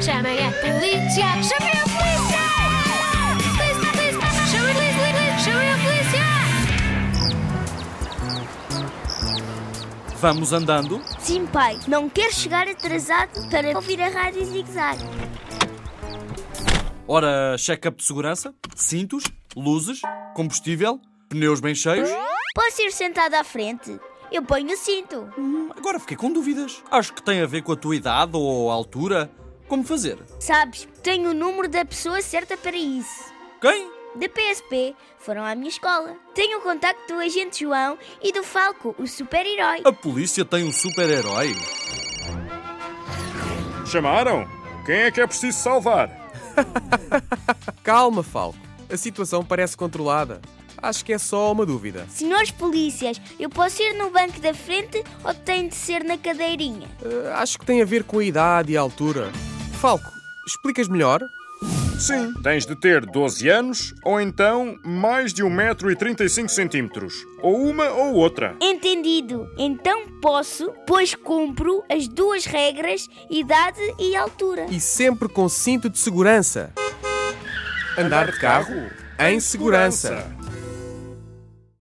Chama a polícia! Chama a polícia! Polícia, polícia! Chama a polícia! Chama a polícia! Vamos andando? Sim, pai, não quero chegar atrasado para ouvir a rádio zig-zag. Ora, check-up de segurança, cintos, luzes, combustível, pneus bem cheios. Posso ir sentado à frente? Eu ponho o cinto. Hum, Agora fiquei com dúvidas. Acho que tem a ver com a tua idade ou altura. Como fazer? Sabes, tenho o número da pessoa certa para isso. Quem? Da PSP, foram à minha escola. Tenho o contacto do agente João e do Falco, o super-herói. A polícia tem um super-herói. Chamaram? Quem é que é preciso salvar? Calma, Falco. A situação parece controlada. Acho que é só uma dúvida. Senhores polícias, eu posso ir no banco da frente ou tem de ser na cadeirinha? Eh, acho que tem a ver com a idade e a altura. Falco, explicas melhor? Sim. Tens de ter 12 anos ou então mais de 1,35m. Ou uma ou outra. Entendido. Então posso, pois cumpro as duas regras, idade e altura. E sempre com cinto de segurança. Andar de carro em segurança.